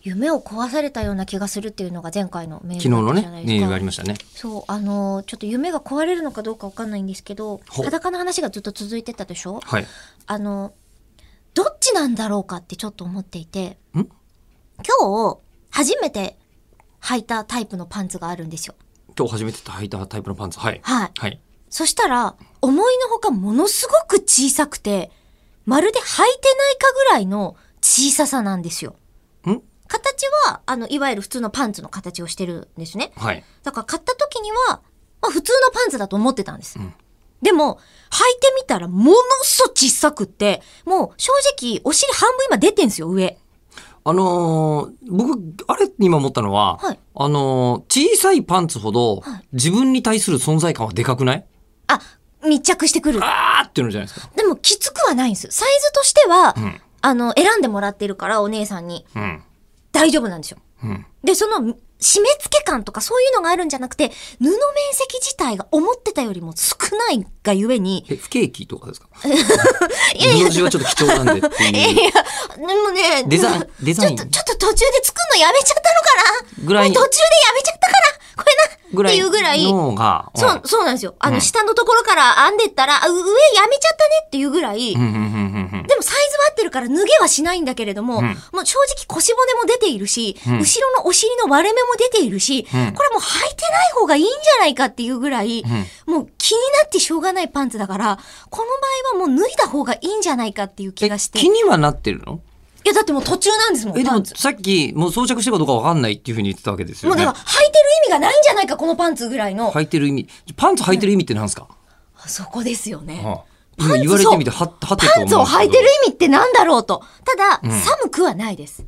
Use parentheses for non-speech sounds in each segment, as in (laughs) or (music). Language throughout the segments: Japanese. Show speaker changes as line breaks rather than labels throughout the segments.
夢を壊されたような気がするっていうのが前回のメー
昨日
ルだ
の
った
ね
じゃない、
メ
です
ー
か
ルがありましたね。
そうあのーちょっと夢が壊れるのかどうかわかんないんですけど
ほう
裸の話がずっと続いてたでしょ
はい。
あのどっちなんだろうかってちょっと思っていて
ん
今日初めて履いたタイプのパンツがあるんですよ
今日初めて履いたタイプのパンツ。はい。
はい
はい。
そしたら、思いのほかものすごく小さくて、まるで履いてないかぐらいの小ささなんですよ。
ん
形は、あの、いわゆる普通のパンツの形をしてるんですね。
はい。
だから買った時には、まあ普通のパンツだと思ってたんです。
うん
でも、履いてみたらものすご小さくって、もう正直お尻半分今出てんすよ、上。
あのー僕、あれ今思ったのは、
はい
あのー小さいパンツほど、
はい
自分に対する存在感はでかくない
あ、密着してくる。
あーっていうのじゃないですか。
でもきつくはないんです。サイズとしては、
ん
あの、選んでもらってるから、お姉さんに。
うん。
大丈夫なんですよ。
うん。
で、その、締め付け感とかそういうのがあるんじゃなくて、布面積自体が思ってたよりも少ないがゆえに、
え、不景気とか (laughs) ですか
いやいや
布地はちょっと貴重なんでって
い
いう
や、でもね、
デザイン
うん
デザイン
ちょっと、ちょっと途中で作るのやめちゃったのかな
ぐらい
これ途中でやめちゃったからこれな
ぐら
っていうぐらい
い、のが、ん
そう、そうなんですよ。あ
うん
の、下のところから編んでったら、あ上やめちゃったねっていうぐらい、
うんうんうんうんうん。
でもサイズは合ってるから脱げはしないんだけれども、
うん
もう正直腰骨も出ているし、
うん
後ろのお尻の割れ目も出ているし、
うん
これもう履いてない方がいいんじゃないかっていうぐらい、もう気になってしょうがないパンツだから、この場合はもう脱いだ方がいいんじゃないかっていう気がして。
気
い
にはなってるの
やだってもう途中なんですも
え、
ん、
で
パン
も
ツ。
さっき、もう装着してるかどうかわかんないっていうふうに言ってたわけです
も
よ
う
ね
だから。履いてる意味がないんじゃないか、このパンツぐらいの。
履いてる意味、パンツ履いてる意味って何ですか、
そこですよね。
はあ今言われてみて、は、はてと思
パンツを履いてる意味ってなんだろうと。ただ、
ん
寒くはないです。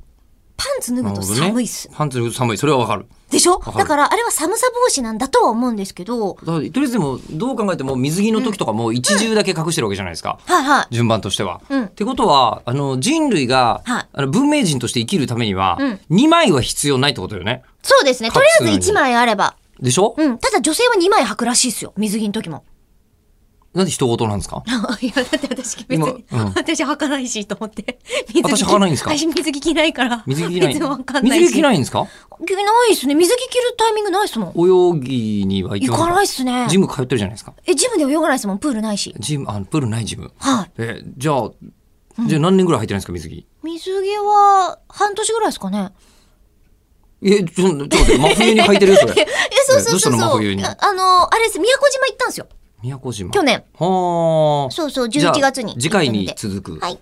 パンツ脱ぐと寒いっす。
パンツの寒い。それはわかる。
でしょ
かる
だからあれは寒さ防止なんだとは思うんですけど、
だからとりあえずでも、どう考えても水着の時とかも一重だけ隠してるわけじゃないですか。
はいはい。
順番としては。
うん
ってことは、あの、人類が、
はい
あの文明人として生きるためには、
うん
2枚は必要ないってことよね。
そうですね。とりあえず1枚あれば。
でしょ、
うん。ただ女性は2枚履くらしいですよ。水着の時も。
なんで人事なんですか
(laughs) いや、だって私別
今
に、
うん
私履かないしと思って。水
私履かないんですか
私水着着ないから。
水着
(laughs)
着ない
別にわかんないし。。
水着着ないいんですか
着ないっすね。水着着るタイミングないっすもん。
泳ぎには行
行
か
か
な
ないいっすね。
ジム通ってるじゃないですか。
え、ジムで泳がないっすもん。プールないし。
ジム、あプールないジム。
はい。
え、じゃあ、じゃあ何年ぐらい履いてないんですか、水着。
水着は、半年ぐらいですかね。
え、ちょ、ちょっと待って、真冬に履いてるよ、そ
え
れ。、
そうそうそう
どうしたの真
そう。
冬に
ああの、あれです。宮古島行ったんですよ。
宮古島。
去年。
はあ。
そうそう、
じゃあ
11月に。
次回
行
に
ったので
続く。
はい